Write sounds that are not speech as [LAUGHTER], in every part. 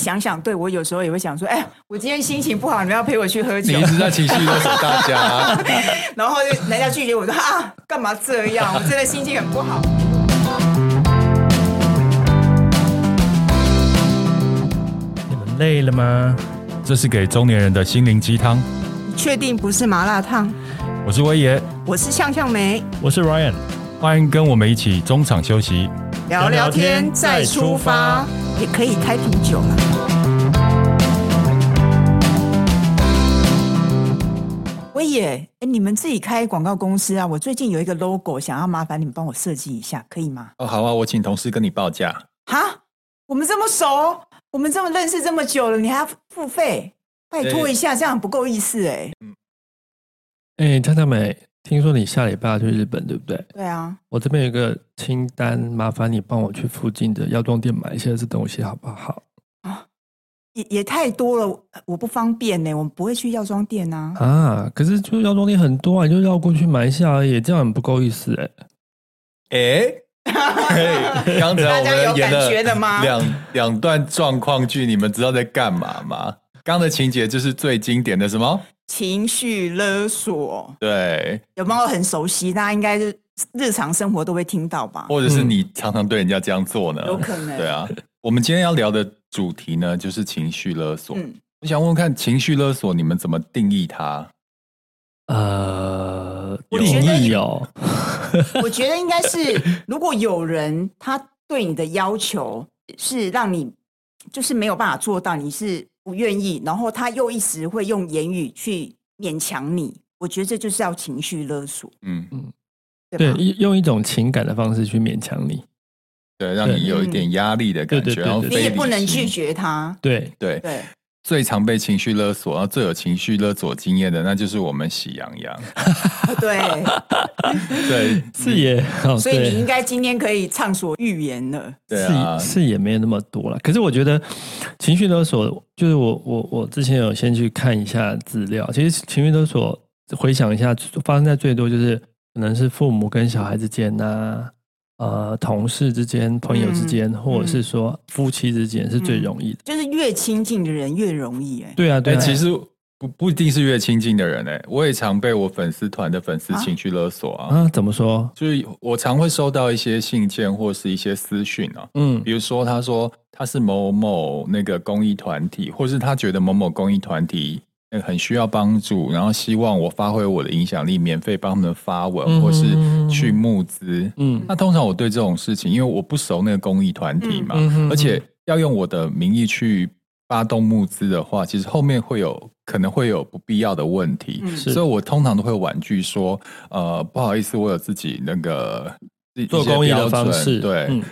想想，对我有时候也会想说，哎，我今天心情不好，你们要陪我去喝你酒一，直在情绪勒索大家。 [LAUGHS] 然后就人家拒绝我说啊，干嘛这 [LAUGHS] 样？我真的心情很不好。你们累了吗？这是给中年人的心灵鸡汤。确定不是麻辣烫？我是威爷，我是向向梅，我是 Ryan，欢迎跟我们一起中场休息。聊聊天再出发，也可以开瓶酒了。威爷，哎，你们自己开广告公司啊？我最近有一个 logo，想要麻烦你们帮我设计一下，可以吗？哦，好啊，我请同事跟你报价。哈，我们这么熟，我们这么认识这么久了，你还要付费？拜托一下，这样不够意思哎、哎、太太美，听说你下礼拜要去日本，对不对？对啊，我这边有一个清单，麻烦你帮我去附近的药妆店买一些这东西，好不好？也也太多了，我不方便呢、我们不会去药妆店啊。啊，可是就药妆店很多啊，你就绕过去买一下而已，这样很不够意思哎、哎， [LAUGHS] 嘿刚才我大家有们演感觉的吗了两两段状况剧，你们知道在干嘛吗？刚的情节就是最经典的什么？情绪勒索对，有没有很熟悉？大家应该是日常生活都会听到吧？或者是你常常对人家这样做呢？有可能。对，啊，我们今天要聊的主题呢，就是情绪勒索。嗯，我想问问看，情绪勒索你们怎么定义它？呃，我定觉得义哦， [LAUGHS] 我觉得应该是，如果有人他对你的要求是让你就是没有办法做到，你是不愿意，然后他又一直会用言语去勉强你，我觉得这就是要情绪勒索，嗯，对对，吧？一用一种情感的方式去勉强你，对，让你对有一点压力的感对觉，对对然后对你非也理不能性拒。绝他，对，对， [LAUGHS] 对，最常被情绪勒索，然后最有情绪勒索经验的，那就是我们喜羊羊。 [LAUGHS] 对，对，是也，哦、嗯所以对你应该今天可以畅所欲言了。对啊是是也没有那么多了。可是我觉得情绪勒索，就是我我我之前有先去看一下资料，其实情绪勒索回想一下，发生在最多就是可能是父母跟小孩之间呐、呃，同事之间、朋友嗯之间，或者是说夫妻之间是最容易的。就是越亲近的人越容易、哎，对啊，对但啊，其实不不一定是越亲近的人哎、我也常被我粉丝团的粉丝情绪勒索啊，啊，怎么说？就是我常会收到一些信件或是一些私讯啊，嗯比如说他说他是某某那个公益团体，或是他觉得某某公益团体。呃很需要帮助，然后希望我发挥我的影响力，免费帮他们发文，嗯或是去募资。嗯那通常我对这种事情，因为我不熟那个公益团体嘛，嗯哼而且要用我的名义去发动募资的话，其实后面会有可能会有不必要的问题，嗯是所以我通常都会婉拒说，呃，不好意思，我有自己那个一做一些公益的标准方式，对。嗯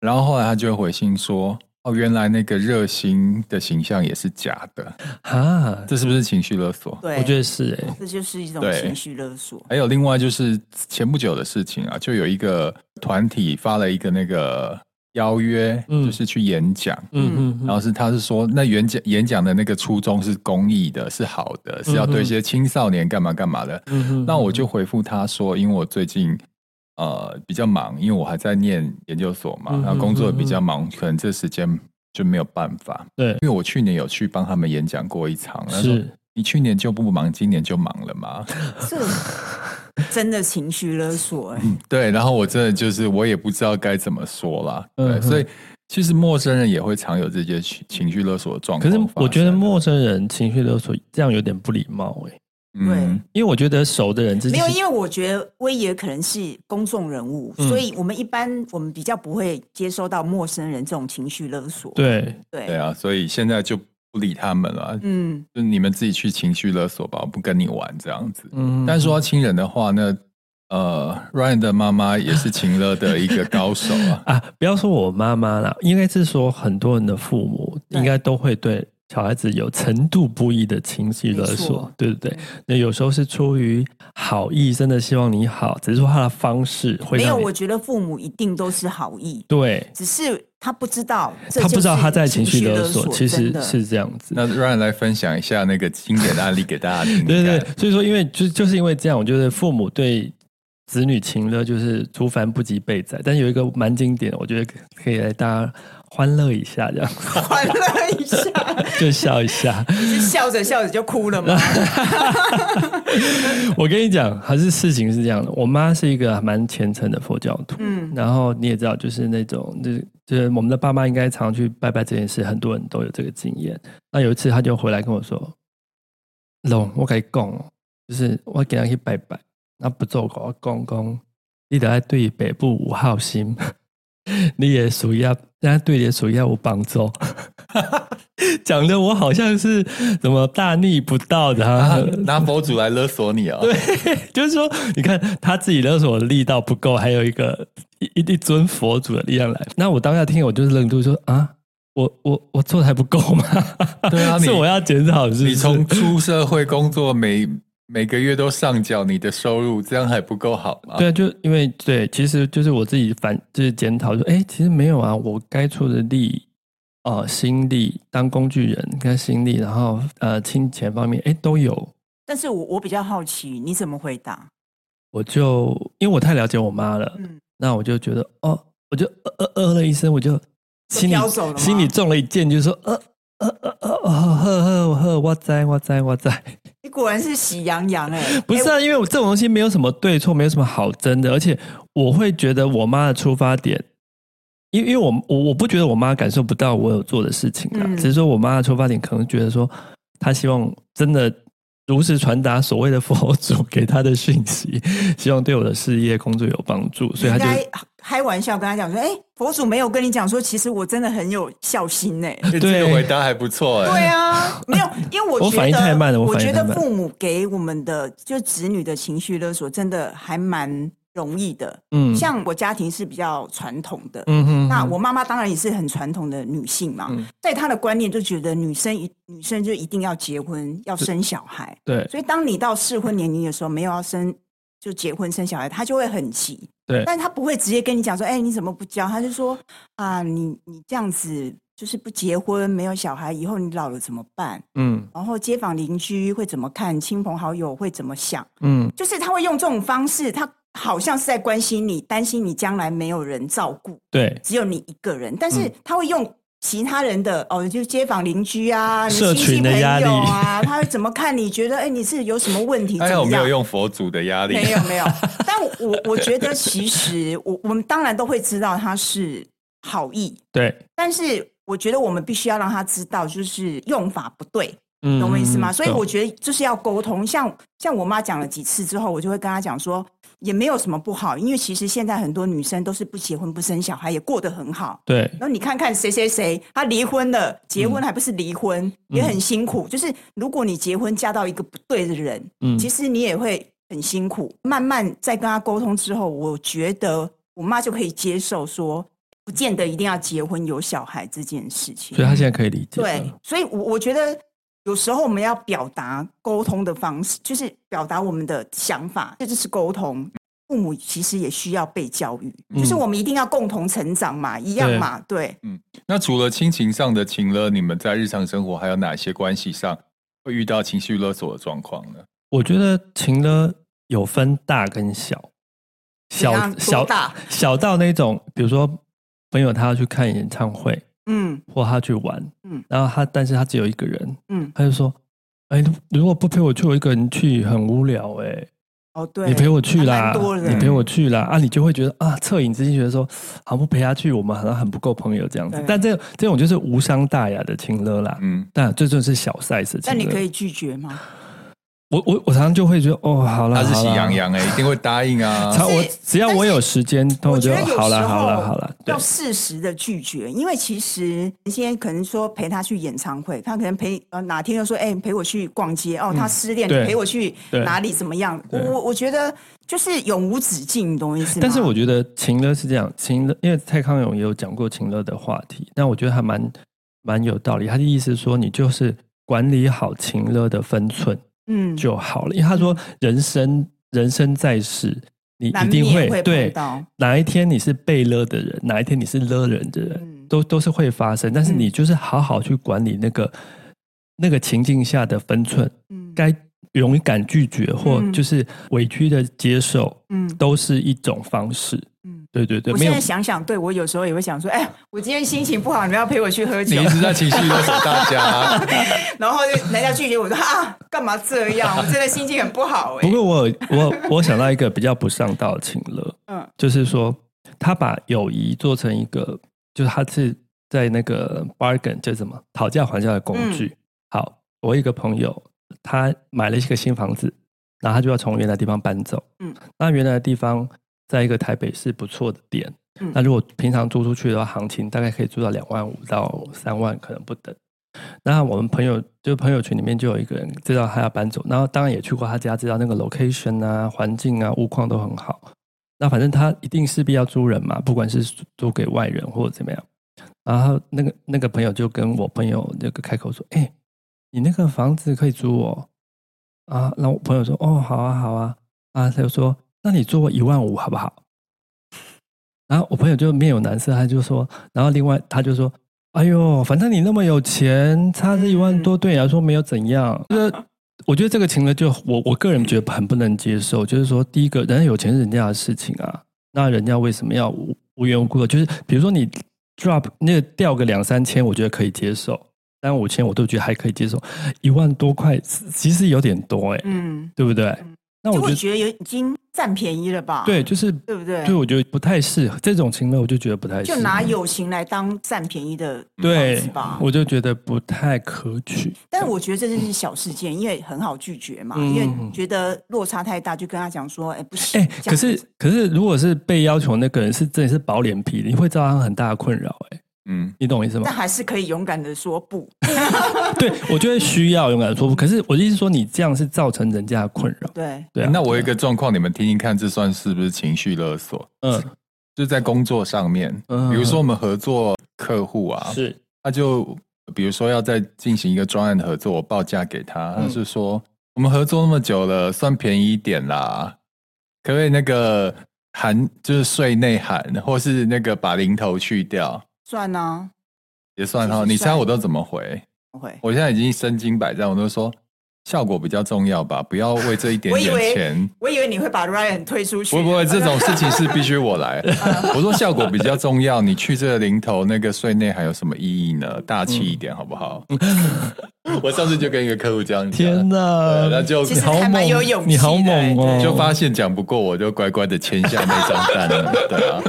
然后后来他就会回信说，哦，原来那个热心的形象也是假的，啊，这是不是情绪勒索？对，我觉得是哎、这就是一种对情绪勒索。还有另外就是前不久的事情啊，就有一个团体发了一个那个邀约，嗯就是去演讲。嗯嗯嗯，然后是，他是说，那演讲演讲的那个初衷是公益的，是好的，是要对一些青少年干嘛干嘛的。嗯哼那我就回复他说，因为我最近呃比较忙，因为我还在念研究所嘛，嗯然后工作比较忙，可能这时间就没有办法。对因为我去年有去帮他们演讲过一场，他说是你去年就不忙，今年就忙了 [LAUGHS] 吗？这真的情绪勒索、哎，嗯对，然后我真的就是我也不知道该怎么说啦。对，嗯哼所以其实陌生人也会常有这些情情绪勒索的状可况是发生。我觉得陌生人情绪勒索这样有点不礼貌哎、嗯，因为我觉得熟的人之没间有，因为我觉得威爷可能是公众人物，嗯所以我们一般我们比较不会接收到陌生人这种情绪勒索。对对对啊，所以现在就不理他们了，嗯，就你们自己去情绪勒索吧，我不跟你玩这样子。嗯。但是说到亲人的话呢，呃，Ryan 的妈妈也是情勒的一个高手啊 [LAUGHS] 啊，不要说我妈妈啦，应该是说很多人的父母对应该都会对小孩子有程度不一的情绪勒没索错，对不对？那有时候是出于好意，真的希望你好，只是说他的方式会没有，让你我觉得父母一定都是好意，对只是他不知道，这他不知道就是他在情绪绪勒索索，，其真实的是这样子。那 Ryan 来分享一下那个经典的案例给大家听。对对，对，所以说，因为就就是因为这样，我觉得父母对子女情勒就是“厨凡不及备宰”，但有一个蛮经典的，我觉得可以来大家欢乐一下，这样 [LAUGHS] [LAUGHS] 欢乐一下，就笑一下。你是笑着笑着就哭了吗？ [LAUGHS] 我跟你讲，还是事情是这样的。我妈是一个蛮虔诚的佛教徒，嗯然后你也知道，就是那种，就是就是我们的爸妈应该常去拜拜这件事，很多人都有这个经验。那有一次，他就回来跟我说：“龙，我跟你讲哦，就是我给他去拜拜，那不做给我讲讲，你得要对北部有好心， [LAUGHS] 你也属于要，那对你的属于要有帮助。” [LAUGHS] 讲的我好像是什么大逆不道的、啊啊，拿佛祖来勒索你啊、对，就是说，你看他自己勒索的力道不够，还有一个一一尊佛祖的力量来。那我当下听，我就是愣住说啊，我我我做的还不够吗？ [LAUGHS] 对啊你 [LAUGHS] 是我要检讨，是不是你啊从出社会工作每每个月都上缴你的收入，这样还不够好吗？对啊，就因为对，其实就是我自己反就是检讨说，哎，其实没有啊，我该出的力。哦，心力当工具人跟心力，然后呃，金钱方面，哎，都有，但是我我比较好奇，你怎么回答？我就因为我太了解我妈了，嗯，那我就觉得哦，我就呃呃呃了一声，我就心里飘走了吗心里中了一箭，就说呃呃呃呃呃呵呵呵，我在我在我在，你果然是喜羊羊哎、 [LAUGHS] 不是哎啊，因为我这种东西没有什么对错，没有什么好争的，而且我会觉得我妈的出发点。因为因为我我我不觉得我妈感受不到我有做的事情啊，嗯只是说我妈的出发点可能觉得说，她希望真的如实传达所谓的佛祖给她的讯息， [LAUGHS] 希望对我的事业工作有帮助，所以她应就该开玩笑跟他讲说，哎、佛祖没有跟你讲说，其实我真的很有孝心呢、欸这个回答还不错哎、对啊， [LAUGHS] 没有，因为我觉得我反应太慢了我我反应觉得太慢父母给我们的就子女的情绪勒索，真的还蛮容易的。嗯像我家庭是比较传统的，嗯哼，那我妈妈当然也是很传统的女性嘛，嗯在她的观念就觉得女生一女生就一定要结婚，要生小孩。对所以当你到适婚年龄的时候，没有要生就结婚生小孩，她就会很急。对但她不会直接跟你讲说：“哎、你怎么不教？”她就说：“啊，你你这样子就是不结婚，没有小孩，以后你老了怎么办？嗯然后街坊邻居会怎么看？亲朋好友会怎么想？嗯就是她会用这种方式，她好像是在关心你，担心你将来没有人照顾。”对只有你一个人，但是嗯他会用其他人的、哦，就是街坊邻居啊、你社亲戚群的朋友压力啊， [LAUGHS] 他会怎么看？你觉得哎、你是有什么问题？啊还怎有么哎没有样用佛祖的压力？没有没 [LAUGHS] 有，但我我觉得其实我我们当然都会知道他是好意，对，但是我觉得我们必须要让他知道，就是用法不对，嗯懂我意思吗？所以我懂觉得就是要沟通，像像我妈讲了几次之后，我就会跟她讲说，也没有什么不好，因为其实现在很多女生都是不结婚不生小孩，也过得很好。对然后你看看谁谁谁，他离婚了，结嗯婚还不是离婚，也很辛苦。就是如果你结婚嫁到一个不对的人，嗯其实你也会很辛苦。慢慢在跟他沟通之后，我觉得我妈就可以接受说，不见得一定要结婚有小孩这件事情所以。他现在可以理解了，对，所以我我觉得有时候我们要表达沟通的方式，就是表达我们的想法，这就是沟通。父母其实也需要被教育，就是嗯我们一定要共同成长嘛，一样对嘛，对。那除了亲情上的情勒，你们在日常生活还有哪些关系上会遇到情绪勒索的状况呢？我觉得情呢有分大跟小，怎样多小小大小到那种，比如说朋友他要去看演唱会，嗯或他去玩，嗯然后他但是他只有一个人，嗯，他就说。哎，如果不陪我去，我一个人去很无聊哎、哦对，你陪我去还蛮啦多，人你陪我去啦，啊，你就会觉得啊，恻隐之心觉得说，好像不陪他去，我们好像很不够朋友这样子对。但这这种就是无伤大雅的情勒啦，嗯，但这就是小赛事情勒。但你可以拒绝吗？我我我常常就会觉得哦，好了，他是喜好啦羊，羊哎、一定会答应啊。常我是只要我有时间，那我觉就得有时候好了，好了，好了，对要，适时的拒绝，因为其实你现在可能说陪他去演唱会，他可能陪呃哪天又说，哎、你陪我去逛街哦，他失恋，嗯对你陪我去对哪里怎么样？我对我我觉得就是永无止境，你懂我意思吗？但是我觉得情乐是这样，情乐因为蔡康永也有讲过情乐的话题，但我觉得还蛮蛮有道理。他的意思是说，你就是管理好情乐的分寸嗯，就好了，因为他说人生人生在世，你难一定免会碰对到，哪一天你是被勒的人，哪一天你是勒人的人，嗯都都是会发生。但是嗯你就是好好去管理那个、那个情境下的分寸，嗯该勇敢拒绝或嗯就是委屈的接受，嗯都是一种方式。嗯对对对，我没现有在想想，对我有时候也会想说，哎，我今天心情不好，你们要陪我去喝你酒一，直在情绪勒索大 [LAUGHS] 家。啊然后就人家拒绝我说啊，干嘛这样？我真的心情很不好哎、不过我有我我想到一个比较不上道的情了，嗯就是说他把友谊做成一个，就是他是在那个 bargain 叫什么讨价还价的工嗯具。好，我有一个朋友，他买了一个新房子，然后他就要从原来地方搬走。嗯，那原来的地方在一个台北市不错的点，嗯那如果平常租出去的话，行情大概可以租到两万五到三万，可能不等。那我们朋友就朋友群里面就有一个人知道他要搬走，然后当然也去过他家，知道那个 location 啊、环境啊、物况都很好。那反正他一定势必要租人嘛，不管是租给外人或者怎么样。然后那个那个朋友就跟我朋友那个开口说：“哎、你那个房子可以租我啊？”然后我朋友说：“哦，好啊，好啊。”啊，他就说：“那你租我一万五好不好？”然后我朋友就面有难色，他就说，然后另外他就说：“哎呦，反正你那么有钱，差这一万多对你来说没有怎样。”就是我觉得这个情呢，就我我个人觉得很不能接受。就是说，第一个，人家有钱是人家的事情啊，那人家为什么要无无缘无故的？就是比如说你 drop 那个掉个两三千，我觉得可以接受，三五千我都觉得还可以接受，一万多块其实有点多哎、嗯，对不对？那就我会觉觉得得有已经占便宜了吧？对，就是对不对？对，我觉得不太适合这种情呢，我就觉得不太适就合。拿友情来当占便宜的对方式吧。我就觉得不太可取。但我觉得这就是小事件，因为很好拒绝嘛，嗯因为觉得落差太大，就跟他讲说，哎，不行。哎、这样可是子可是，如果是被要求那个人是真的是薄脸皮，你会造成很大的困扰、哎，嗯，你懂我意思吗 [LAUGHS] 但？还是可以勇敢的说 [LAUGHS] 不。对，我觉得需要勇敢地说不。可是我的意思是说，你这样是造成人家的困扰。对，对啊，那我有一个状况，你们听听看，这算是不是情绪勒索？嗯就在工作上面，嗯比如说我们合作客户啊，是他就比如说要再进行一个专案的合作，我报价给他，嗯他就说我们合作那么久了，算便宜一点啦，可不可以那个含就是税内含，或是那个把零头去掉算啊，也算就是哈？算你猜我都怎么回？不会。我现在已经身经百战，我都说效果比较重要吧，不要为这一点我以为点钱。我以为你会把 Ryan 推出去。啊嗯不不，这种事情是必须我来。我说效果比较重要，你去这个零头，那个税内还有什么意义呢？大气一点好不好？ [LAUGHS] 我上次就跟一个客户这样讲，啊天哪，对那就其实好还蛮猛有勇你气好的欸猛哦，就发现讲不过，我就乖乖的签下那张单了。对啊，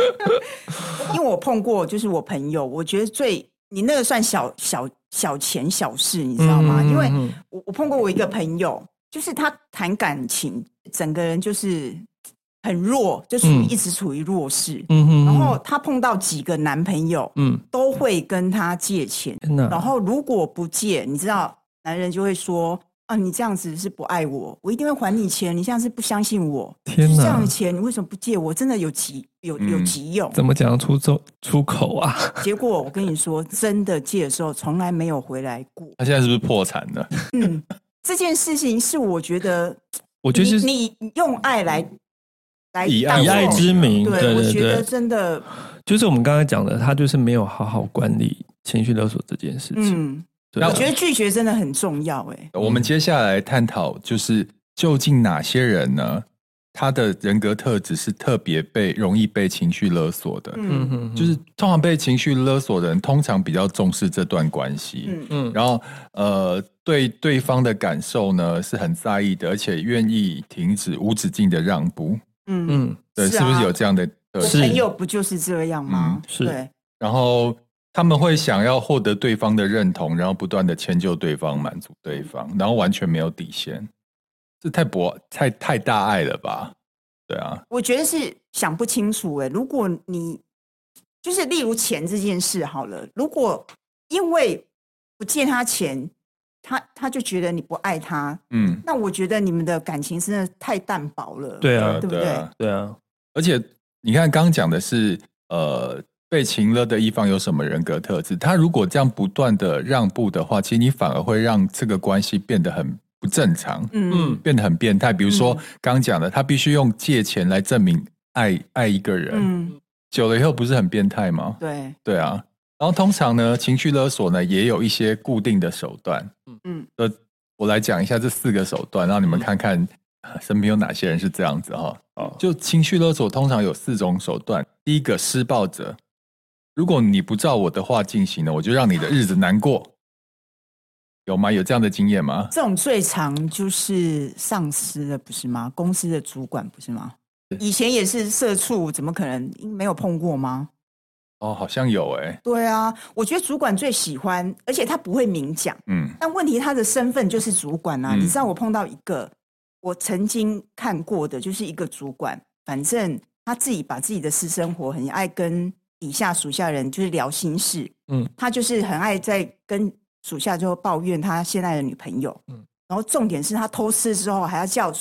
因为我碰过，就是我朋友，我觉得最你那个算小小小钱小事，你知道吗？嗯因为嗯嗯我我碰过我一个朋友，就是他谈感情，整个人就是很弱，就属于嗯一直处于弱势。嗯哼，然后她碰到几个男朋友嗯，都会跟她借钱，天哪，然后如果不借，你知道男人就会说啊，你这样子是不爱我，我一定会还你钱，你现在是不相信我，就天是这样哪的，钱你为什么不借我？真的有急有有嗯急用，怎么讲得出出出口啊？结果我跟你说，真的借的时候从来没有回来过。他现在是不是破产了？嗯，这件事情是我觉得，我觉得是你你用爱来来以爱当以爱做之名，对，对我对觉得对，真的，就是我们刚才讲的，他就是没有好好管理情绪勒索这件事情。嗯，对啊我觉得拒绝真的很重要、欸，我们接下来探讨就是究竟哪些人呢？他的人格特质是特别被容易被情绪勒索的，嗯嗯哼，就是通常被情绪勒索的人，通常比较重视这段关系。嗯嗯然后呃，对对方的感受呢是很在意的，而且愿意停止无止境的让步。嗯，嗯对，是是啊不是有这样的？我对是嗯朋友不就是啊这样吗？是对，然后他们会想要获得对方的认同，然后不断的迁就对方，满足嗯对方，然后完全没有底线。这太博太太大爱了吧？对啊，我觉得是想不清楚、欸，如果你就是例如钱这件事好了，如果因为不借他钱，他他就觉得你不爱他，嗯，那我觉得你们的感情真的太淡薄了。对啊对不对啊对？对啊，而且你看，刚刚讲的是呃，被情勒的一方有什么人格特质？他如果这样不断的让步的话，其实你反而会让这个关系变得很不正常，嗯，变得很变态。比如说嗯刚刚讲的，他必须用借钱来证明爱爱一个人，嗯，久了以后不是很变态吗？对，对啊。然后通常呢，情绪勒索呢也有一些固定的手段。嗯我来讲一下这四个手段，让你们看看呃身边有哪些人是这样子哈、哦就情绪勒索通常有四种手段，第一个施暴者，如果你不照我的话进行呢，我就让你的日子难过，有吗？有这样的经验吗？这种最常就是上司的，不是吗？公司的主管不是吗？以前也是社畜，怎么可能没有碰过吗？哦，好像有哎、对啊，我觉得主管最喜欢，而且他不会明讲。嗯但问题他的身份就是主管啊。嗯你知道我碰到一个我曾经看过的，就是一个主管，反正他自己把自己的私生活很爱跟底下属下人就是聊心事，嗯，他就是很爱在跟属下就抱怨他现在的女朋友，嗯嗯，然后重点是他偷吃之后还要叫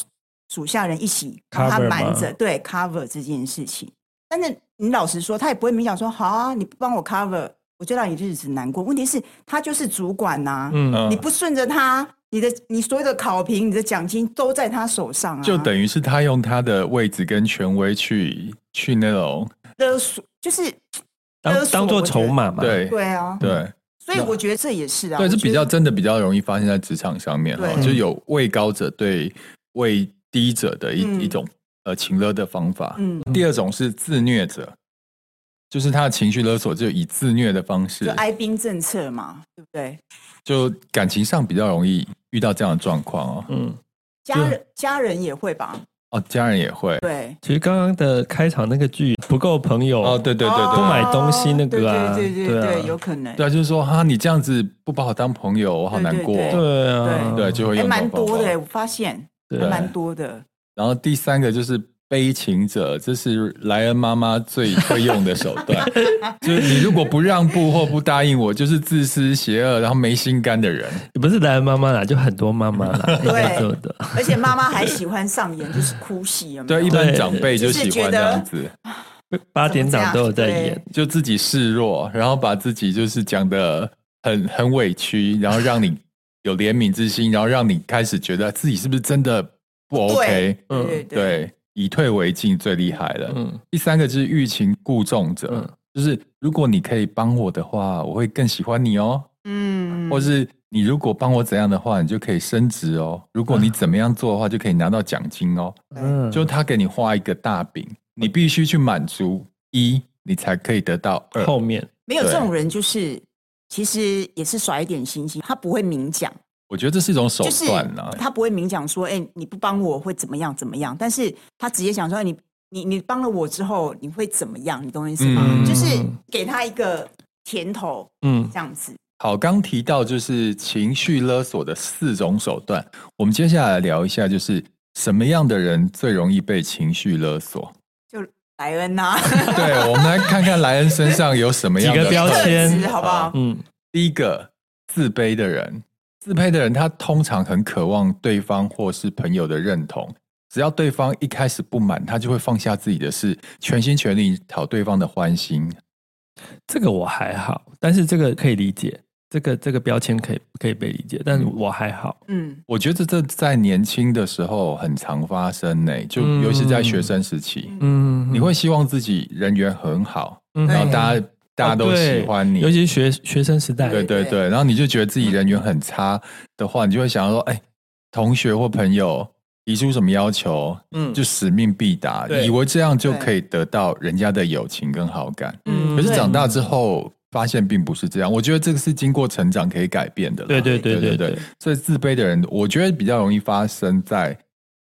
属下人一起帮他 Cover 瞒吗着，对 cover 这件事情。但是你老实说，他也不会明讲说好啊，你不帮我 cover，我就让你日子难过。问题是，他就是主管啊呐、嗯嗯你不顺着他，你的你所有的考评、你的奖金都在他手上啊，就等于是他用他的位置跟权威去去那种勒索，就是勒当索当做我觉得筹码嘛，对对啊，对所以我觉得这也是啊，对，我是觉比得较真的比较容易发现在职场上面哈，对就有位高者对位低者的一、嗯一种呃情勒的方法。嗯，第二种是自虐者，就是他的情绪勒索就以自虐的方就式，哀兵政策嘛，对不对？就感情上比较容易遇到这样的状况哦。嗯。家人家人也会吧，哦，家人也会对，其实刚刚的开场那个剧不够朋友哦，对对对哦对，不买东西那个啊对对对对对啊对，有可能，哎对啊，就是说哈，你这样子不把我当朋友，我好难过。哦对对啊，对就会还用这种蛮多方的法欸，我发现还对蛮多 [LAUGHS] 的，然后第三个就是悲情者，这是莱恩妈妈最会用的手段，就是你如果不让步或不答应我，就是自私、邪恶，然后没心肝的人。也不是来妈妈啦，就很多妈妈啦，应该做的。而且妈妈还喜欢上演就是哭戏，有没有对，一般长辈就喜欢这样子，八点档都有在演，就自己示弱，然后把自己就是讲的很很委屈，然后让你有怜悯之心，然后让你开始觉得自己是不是真的不 OK，嗯对对对以退为进最厉害了。嗯，第三个就是欲擒故纵者，嗯就是如果你可以帮我的话，我会更喜欢你哦。嗯，或是你如果帮我怎样的话，你就可以升职哦。如果你怎么样做的话，就可以拿到奖金哦。嗯，就他给你画一个大饼，你必须去满足一，你才可以得到二。后面没有这对种人，就是其实也是耍一点心机，他不会明讲，我觉得这是一种手就是段啊啦、他不会明讲说，哎、你不帮我会怎么样怎么样，但是他直接讲说，哎你你你帮了我之后你会怎么样，你懂我意思吗？嗯就是给他一个甜头嗯这样子，好，刚提到就是情绪勒索的四种手段，我们接下来聊一下，就是什么样的人最容易被情绪勒索？就莱恩呐、 [LAUGHS] 对，我们来看看莱恩身上有什么样的几 [LAUGHS] 个标特签质好不好？嗯第一个，自卑的人，自卑的人他通常很渴望对方或是朋友的认同。只要对方一开始不满，他就会放下自己的事，全心全力讨对方的欢心。这个我还好，但是这个可以理解，这个这个标签可以可以被理解，但是我还好，嗯，我觉得这在年轻的时候很常发生呢、就尤其在学生时期，嗯，你会希望自己人缘很好，嗯然后大家、大哦家都喜欢你，啊尤其是学学生时代，对对对，然后你就觉得自嗯己人缘很差的话，你就会想说，哎，同学或朋友提出什么要求，嗯就使命必达，对以为这样就可以得到人家的友情跟好感。嗯可是对长大之后发现并不是这样，我觉得这个是经过成长可以改变的啦。对对对对对对对，所以自卑的人，我觉得比较容易发生在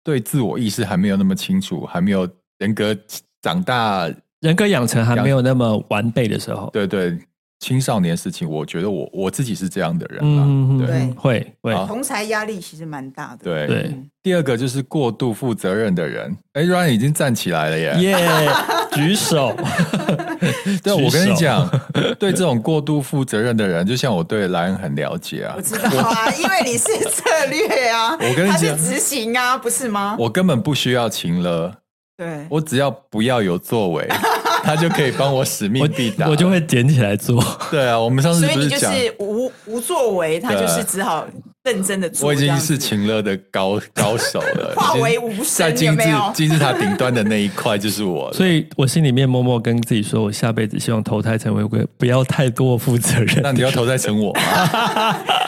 对自我意识还没有那么清楚，还没有人格长大，人格养成还没有那么完备的时候，对对，青少年时期，我觉得我我自己是这样的人啦。嗯，对嗯会会，好同才压力其实蛮大的，对对嗯第二个就是过度负责任的人。哎，Ryan 已经站起来了耶！耶，[LAUGHS] 举手，对，我举跟你手讲，对这种过度负责任的人， [LAUGHS] 就像我对莱恩很了解啊我，知道啊，因为你是 [LAUGHS] 策略啊，我跟你他是讲执行啊，不是吗？我根本不需要情了，对，我只要不要有作 [LAUGHS] 为，他就可以帮我使命必达。我就会捡起来做，对啊，我们上次所以不你是就讲，是无无作为，他对就是只好认真的做。我已这经样子是情了的高高手了， [LAUGHS] 化已经为无声在金有字没有金字塔顶端的那一块就是我 [LAUGHS] 了。所以我心里面默默跟自己说，我下辈子希望投胎成为鬼，不要太多负责那任。你要投胎成我吗？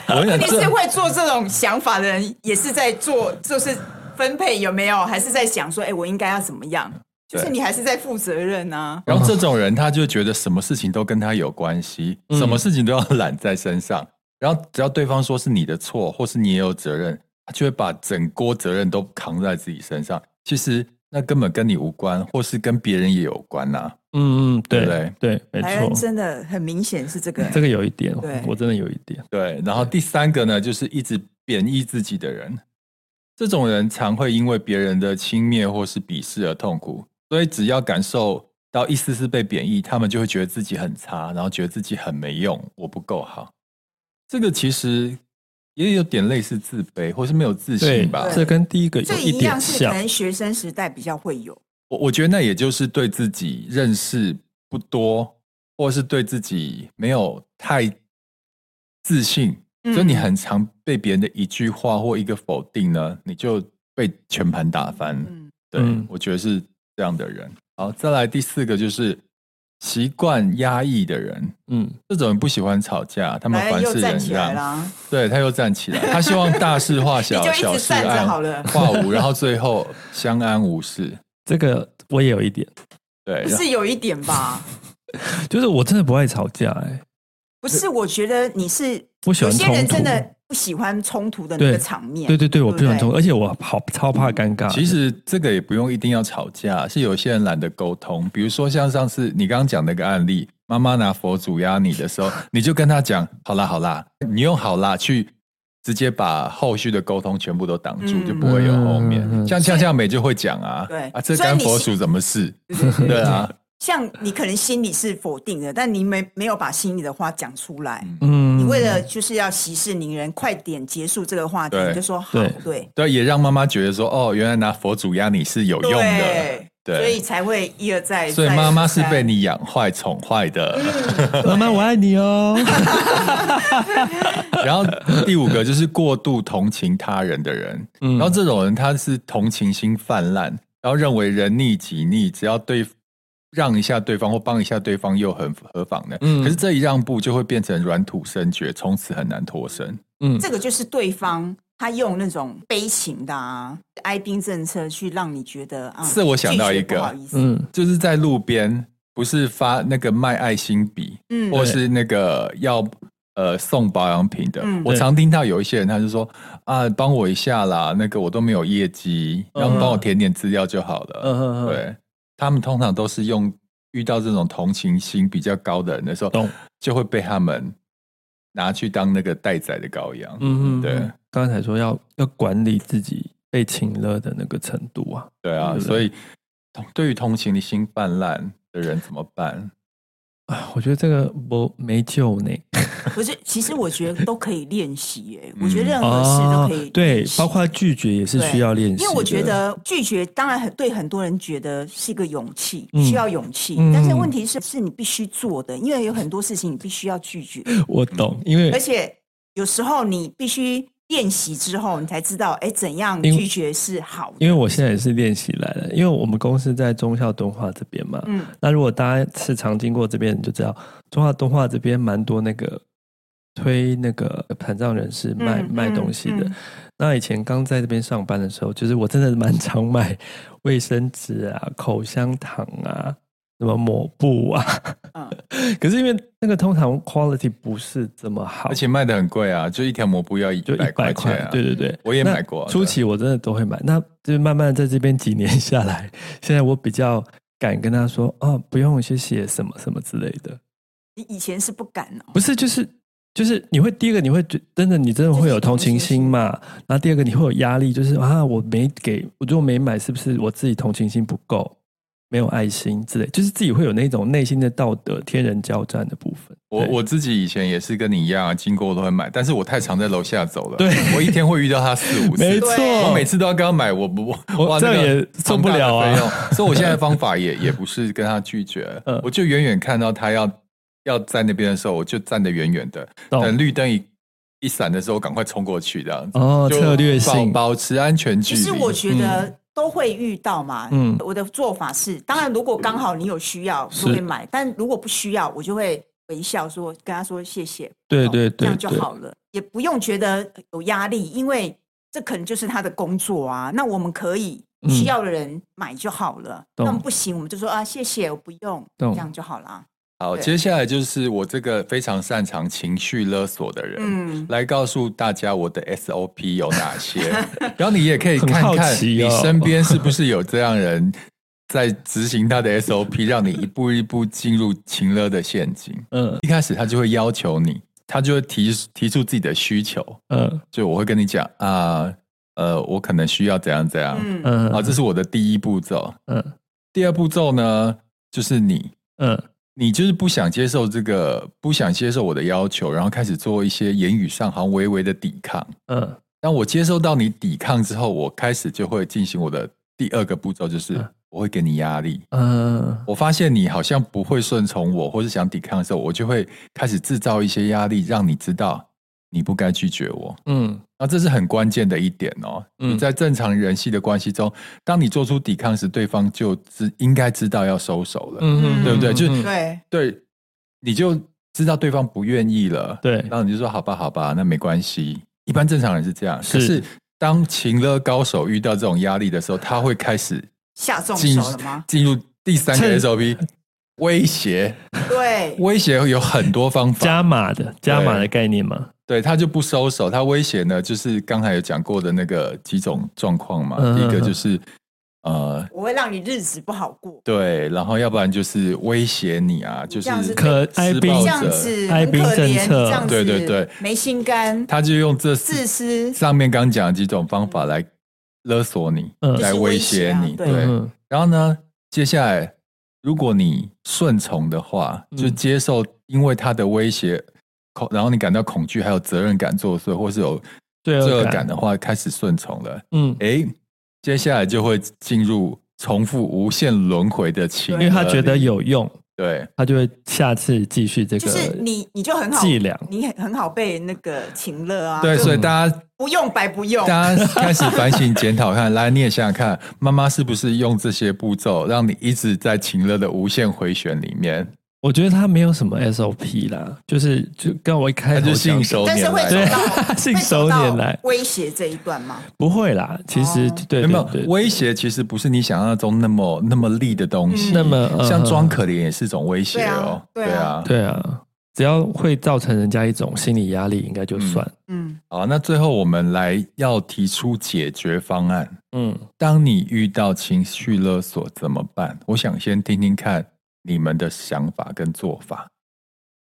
我跟你 [LAUGHS] 你讲，是这会做这种想法的人，也是在做，就是分配有没有，还是在想说，哎、我应该要怎么样？就是对你还是在负责任啊。然后这种人他就觉得什么事情都跟他有关系，嗯什么事情都要揽在身上。然后只要对方说是你的错，或是你也有责任，他就会把整锅责任都扛在自己身上。其实那根本跟你无关，或是跟别人也有关啊呐、嗯嗯，对对不对对，没台湾错，真的很明显是这个、这个有一点哦对，我真的有一点，对，然后第三个呢，就是一直贬义自己的人，这种人常会因为别人的轻蔑或是鄙视而痛苦，所以只要感受到一丝丝被贬义，他们就会觉得自己很差，然后觉得自己很没用，我不够好。这个其实也有点类似自卑，或是没有自对信吧。，这跟第一个有这一一点样是可像，能学生时代比较会有，我我觉得那也就是对自己认识不多，或是对自己没有太自信，嗯所以你很常被别人的一句话或一个否定呢，你就被全盘打翻。嗯，对，嗯我觉得是这样的人。好，再来第四个就是习惯压抑的人，嗯，这种人不喜欢吵架，他们来凡又事站忍起来让。啦，对，他又站起来，他希望大事化小 [LAUGHS] 你，就一直小事站着按好了化无，然后最后相安无事。这个我也有一点，对，不然后是有一点吧？就是我真的不爱吵架，哎，不是，我觉得你是不喜有欢些冲人突真，的不喜欢冲突的那对个场面，对对对，我不喜欢对冲突，而且我好超怕尴啊尬，嗯其实这个也不用一定要吵架，是有些人懒得沟通。比如说像上次你刚刚讲那个案例，妈妈拿佛祖压你的 [LAUGHS] 时候，你就跟她讲“好啦好啦”，你用“好啦”去直接把后续的沟通全部都挡住，嗯就不会有后面。嗯嗯嗯像像像美就会讲啊，对啊，这所以干你佛是祖什么事？对对对对啊，像你可能心里是否定的，但你没没有把心里的话讲出来。嗯，你为了就是要息事宁人，快点结束这个话题，对你就说好对，对对，也让妈妈觉得说，哦，原来拿佛祖压你是有用的，对所以才会一而再。所以再而妈妈是三被你养坏、宠坏的。嗯妈妈我爱你 [LAUGHS] 哦， [LAUGHS] 然后第五个就是过度同情他人的人，嗯然后这种人他是同情心泛滥，然后认为人逆己逆，只要对让一下对方或帮一下对方又很何妨呢？嗯可是这一让步就会变成软土生绝，从此很难脱身。嗯，这个就是对方他用那种悲情的啊哀兵政策去让你觉得啊，是我想到拒绝一个不好意思，嗯就是在路边，不是发那个卖爱心笔，嗯或是那个要呃送保养品的，嗯我常听到有一些人他就说啊，帮我一下啦，那个我都没有业绩，然后嗯帮我填点资料就好了。嗯嗯嗯对，他们通常都是用遇到这种同情心比较高的人的时候懂，就会被他们拿去当那个待宰的羔羊。嗯嗯，对对，刚才说要要管理自己被请了的那个程度啊，对啊，对所以同对于同情心泛滥的人怎么办？啊，我觉得这个我没救呢。不是，其实我觉得都可以练习耶，我觉得嗯任何事都可以、哦对，包。括拒绝也是需要练习的，因为我觉得拒绝当然很对很多人觉得是一个勇气，嗯需要勇气。嗯但是问题是，是你必须做的，因为有很多事情你必须要拒绝，我懂，因为而且有时候你必须练习之后，你才知道，哎，怎样因为拒绝是好的。因为我现在也是练习来的，因为我们公司在中校敦化这边嘛，嗯，那如果大家是常经过这边，你就知道中华东化这边蛮多那个推那个残障人士卖、嗯卖东西的。嗯嗯那以前刚在这边上班的时候，就是我真的蛮常 [LAUGHS] 买卫生纸啊、口香糖啊、什么抹布啊。嗯可是因为那个通常 quality 不是这么好，而且卖的很贵啊，就一条抹布要一就一百百块钱、块啊，，对对对，我也那买过啊初期我真的都会买，那就是慢慢在这边几年下来，现在我比较敢跟他说，哦，不用，谢谢，什么什么之类的。嗯你以前是不敢哦，不是，就是就是你会第一个你会觉真的你真的会有同情心嘛，嗯然后第二个你会有压力，就是啊我没给，我如果没买是不是我自己同情心不够，没有爱心之类，就是自己会有那种内心的道德天人交战的部分。我对我自己以前也是跟你一样啊，经过我都会买，但是我太常在楼下走了，对我一天会遇到他四五次， [LAUGHS] 没错对，我每次都要跟他买，我不我哇这样那个也受不庞大的了啊费 [LAUGHS] 用所以我现在的方法也也不是跟他拒绝嗯，我就远远看到他要要在那边的时候，我就站得远远的，懂等绿灯一一闪的时候，赶快冲过去这样子。哦，就策略保性，保持安全距其离。嗯实我觉得都会遇到嘛。嗯我的做法是，当然如果刚好你有需要，是就会买；但如果不需要，我就会微笑说跟他说谢谢，对对这对样就对，好了，也不用觉得有压力，因为这可能就是他的工作啊。那我们可以嗯需要的人买就好了，那我懂们不行，我们就说啊，谢谢，我不用，懂这样就好啦。好，对接下来就是我这个非常擅长情绪勒索的人，嗯来告诉大家我的 SOP 有哪 [LAUGHS] 些，然后你也可以很看好看奇你哦身边是不是有这样人在执行他的 SOP，让你一步一步进入情勒的陷阱。嗯一开始他就会要求你，他就会提提出自己的需求，嗯就我会跟你讲啊，呃，我可能需要怎样怎样，啊嗯嗯，好，这是我的第一步骤。嗯第二步骤呢，就是你嗯你就是不想接受这个，不想接受我的要求，然后开始做一些言语上好像微微的抵抗。嗯当我接受到你抵抗之后，我开始就会进行我的第二个步骤，就是嗯我会给你压力。嗯，我发现你好像不会顺从我，或是想抵抗的时候，我就会开始制造一些压力，让你知道你不该拒绝我。嗯啊，这是很关键的一点哦。嗯你在正常人系的关系中，当你做出抵抗时，对方就知应该知道要收手了。嗯，对不对就是嗯对，对，你就知道对方不愿意了，对然后你就说好吧，好吧，那没关系。一般正常人是这样，可是是当情勒高手遇到这种压力的时候，他会开始下重进手了吗？进入第三个趁 SOP，威胁。对，威胁有很多方法，加码的加码的概念嘛，对，他就不收手。他威胁呢，就是刚才有讲过的那个几种状况嘛。嗯第一个就是呃，我会让你日子不好过，对，然后要不然就是威胁你啊，就是这样子可哀施兵暴这者样子哀很兵可政怜，策这样子对对对没心肝，他就用这四自私，上面刚讲的几种方法来勒索你，嗯来威胁你。就是威胁啊对对，嗯然后呢，接下来如果你顺从的话，嗯就接受因为他的威胁恐，然后你感到恐惧，还有责任感作祟，或是有罪罪恶恶感感的话，开始顺从了。嗯，诶，接下来就会进入重复无限轮回的情，因为他觉得有用，对。啊他就会下次继续这个，就是你你就很好伎俩你很很好被那个情乐啊，对，就所以大家不用白不用，大家开始反省检讨看，来你也想想看，妈妈是不是用这些步骤让你一直在情乐的无限回旋里 [LAUGHS] 面，我觉得他没有什么 SOP 啦，就是就跟我一开哎他头就信讲手但是拈会来走了。到 [LAUGHS] 信会手走拈到来，威胁这一段吗？不会啦，其实哦对有对没对有，威胁其实不是你想象中那么那么利的东嗯西，那么嗯像嗯装可怜也是一种威胁哦。对啊对啊对啊，只要会造成人家一种心理压力，应该就算。 [LAUGHS] 嗯，好，那最后我们来要提出解决方案。嗯当你遇到情绪勒索怎么办？我想先听听看你们的想法跟做法。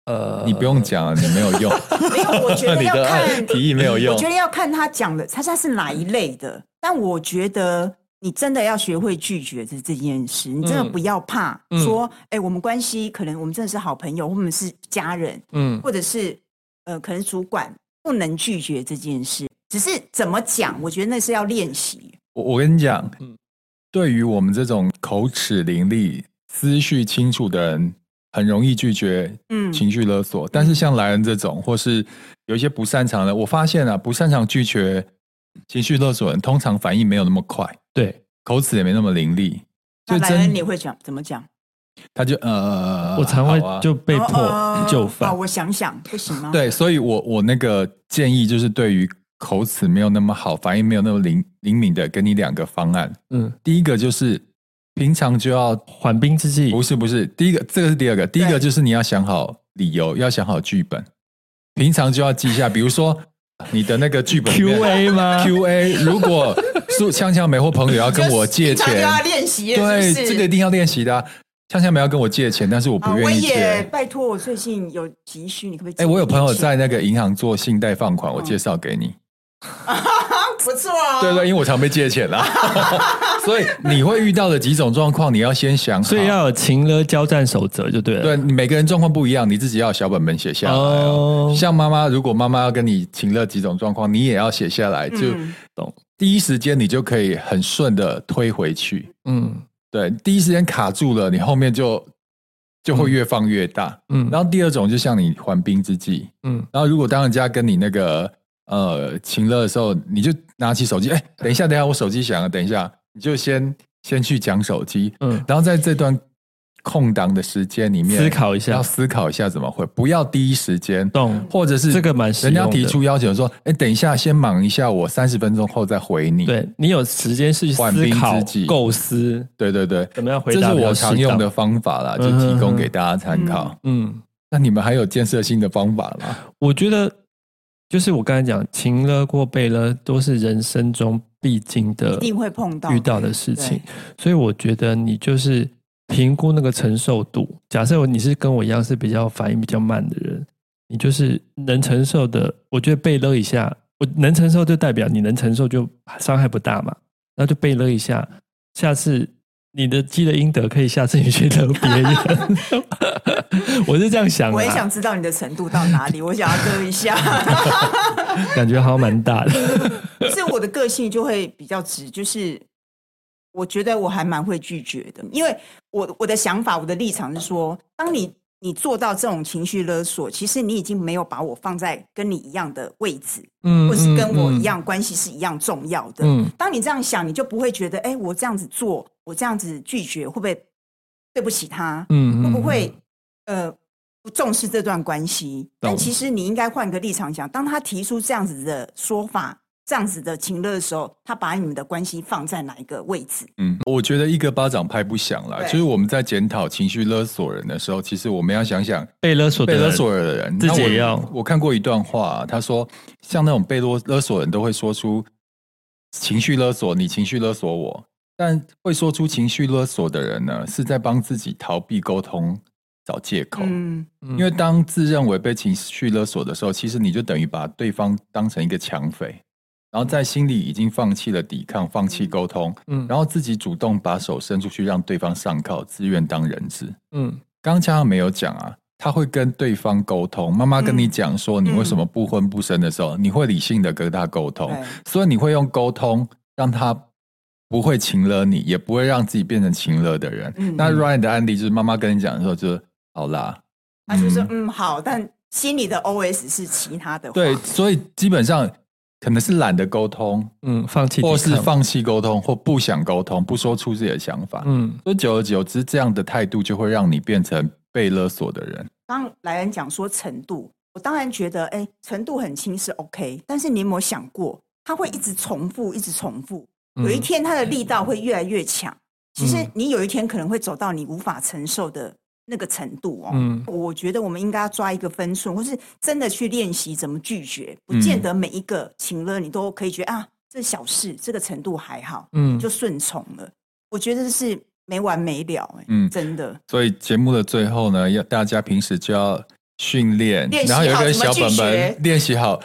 呃你不用讲了，你没有用， [LAUGHS] 没有，我觉得你要的看爱 [LAUGHS] 提议没有用。我觉得要看他讲的，他他是哪一类的。但我觉得你真的要学会拒绝这这件事，你真的嗯不要怕、嗯说，哎、我们关系可能我们真的是好朋友，或我们是家人，嗯或者是呃，可能主管不能拒绝这件事，只是怎么讲，我觉得那是要练习。我我跟你讲嗯，对于我们这种口齿伶俐、思绪清楚的人，很容易拒绝嗯情绪勒索。但是像莱恩这种，或是有一些不擅长的，我发现啊，不擅长拒绝情绪勒索的人，通常反应没有那么快，对口齿也没那么伶俐，那所以莱恩，真你会讲怎么讲？他就呃，我常会好啊就被哦迫就哦范。我想想，不行吗？，对，所以我我那个建议就是，对于口齿没有那么好、反应没有那么灵灵敏的，给你两个方案。嗯，第一个就是平常就要缓兵之计不是不是，第一个这个是第二个，第一个就是你要想好理由，要想好剧本，平常就要记一下，比如说你的那个剧本里面 Q A 啊 [LAUGHS] 吗 Q A，如果是锵锵梅或朋友要跟我借平常就钱，要练习了，是对不是这个一定要练习的啊、锵锵梅要跟我借钱，但是我啊不，我愿意借。也拜托，我最近有急需，你可不可以借哎，我一点钱？我有朋友在那个银行做信贷放哦款，我介绍给你。 [LAUGHS] 不错哦。对对，因为我常被借钱啦，啊 [LAUGHS] 所以你会遇到的几种状况，你要先想好。所以要有情勒交战守则就对了。对你每个人状况不一样，你自己要有小本本写下来哦。哦像妈妈，如果妈妈要跟你请了几种状况，你也要写下来，就嗯懂第一时间你就可以很顺的推回去。嗯对，第一时间卡住了，你后面就就会越放越大。嗯，然后第二种就像你缓兵之计，嗯然后如果当人家跟你那个呃情乐的时候，你就拿起手机，哎，等一下，等一下，我手机响了，等一下，你就先先去讲手机，嗯然后在这段空档的时间里面思考一下要思考一下怎么回，不要第一时间懂或者是这个蛮实人用的家提出要求说，哎，等一下先忙一下，我三十分钟后再回你。对你有时间是缓思兵考之计、构思，对对对，怎么样回这答是比较我适常用当的方法啦，就嗯哼提供哼给大家参考。嗯。那你们还有建设性的方法吗？我觉得就是我刚才讲，情勒或被勒都是人生中必经一的定会碰到遇到的事情对，所以我觉得你就是评估那个承受度。假设你是跟我一样是比较反应比较慢的人，你就是能承受的，我觉得被勒一下，我能承受就代表你能承受，就伤害不大嘛。那就被勒一下，下次你的积了阴德，可以下次你去勒别 [LAUGHS] 人。我是这样想的，我嗯也想知道你的程度到哪里，我想 [LAUGHS] 要割一下。感觉好像蛮大 [LAUGHS] 的。是我的个性就会比较直，就是我觉得我还蛮会拒绝的，因为我我的想法、我的立场是说，当你你做到这种情绪勒索，其实你已经没有把我放在跟你一样的位置，嗯或是跟我一，样关系是一样重要的。嗯，当你这样想，你就不会觉得，哎、我这样子做，我这样子拒绝，会不会对不起他？嗯，会不会呃不重视这段关系？但其实你应该换个立场想，当他提出这样子的说法、这样子的情乐的时候，他把你们的关系放在哪一个位置？嗯，我觉得一个巴掌拍不响啦。对就是我们在检讨情绪勒索人的时候，其实我们要想想被勒索的被人勒索的人自己那我也要我看过一段话、他说像那种被勒勒索人都会说出情绪勒索你，情绪勒索我。但会说出情绪勒索的人呢，是在帮自己逃避沟通、找借口。嗯，嗯因为当自认为被情绪勒索的时候，其实你就等于把对方当成一个强匪，然后在心里已经放弃了抵抗，放弃沟通，嗯然后自己主动把手伸出去让对方上铐，自愿当人质。嗯刚刚嘉没有讲啊，他会跟对方沟通。妈妈嗯跟你讲说你为什么不婚不生的时候，你会理性的跟他沟通，对，所以你会用沟通让他不会情勒你，也不会让自己变成情勒的人。嗯那 Ryan 的案例就是妈妈跟你讲的时候，就是好啦，他就说嗯嗯好，但心里的 OS 是其他的话。对，所以基本上可能是懒得沟通，嗯，放弃抵抗，或是放弃沟通，或不想沟通，不说出自己的想法。嗯所以久而久之，这样的态度就会让你变成被勒索的人。刚莱恩讲说程度，我当然觉得哎、程度很轻是 OK，但是你有没有想过，他会一直重复，一直重复，有一嗯天它的力道会越来越强。其实嗯你有一天可能会走到你无法承受的那个程度哦。嗯我觉得我们应该要抓一个分寸，或是真的去练习怎么拒绝，不嗯见得每一个情了你都可以觉得啊，这小事，这个程度还好，嗯就顺从了。我觉得是没完没了、哎，嗯真的。所以节目的最后呢，要大家平时就要训练练，习然后有一好个怎么小拒本绝本练习好，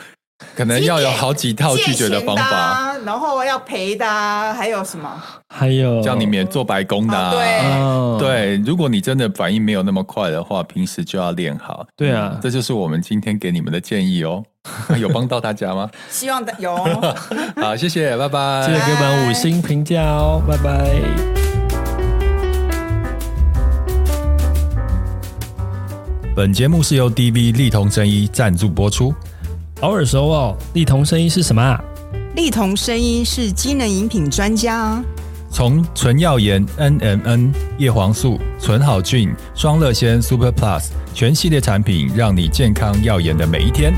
可能要有好几套拒绝的方借钱的法，啊、然后要赔的、啊，还有什么？还有叫你免做白工的、啊哦对哦对，如果你真的反应没有那么快的话，平时就要练好。对啊这就是我们今天给你们的建议哦。 [LAUGHS] 有帮到大家吗？希望的有哦。好，谢谢，拜拜。记得给我们五星评价哦，拜拜。本节目是由 DV 力同真一赞助播出。偶尔说哦，力同声音是什么啊？力同声音是机能饮品专家啊。从纯耀颜 NMN、叶黄素、纯好菌、双乐仙 Super Plus 全系列产品，让你健康耀眼的每一天。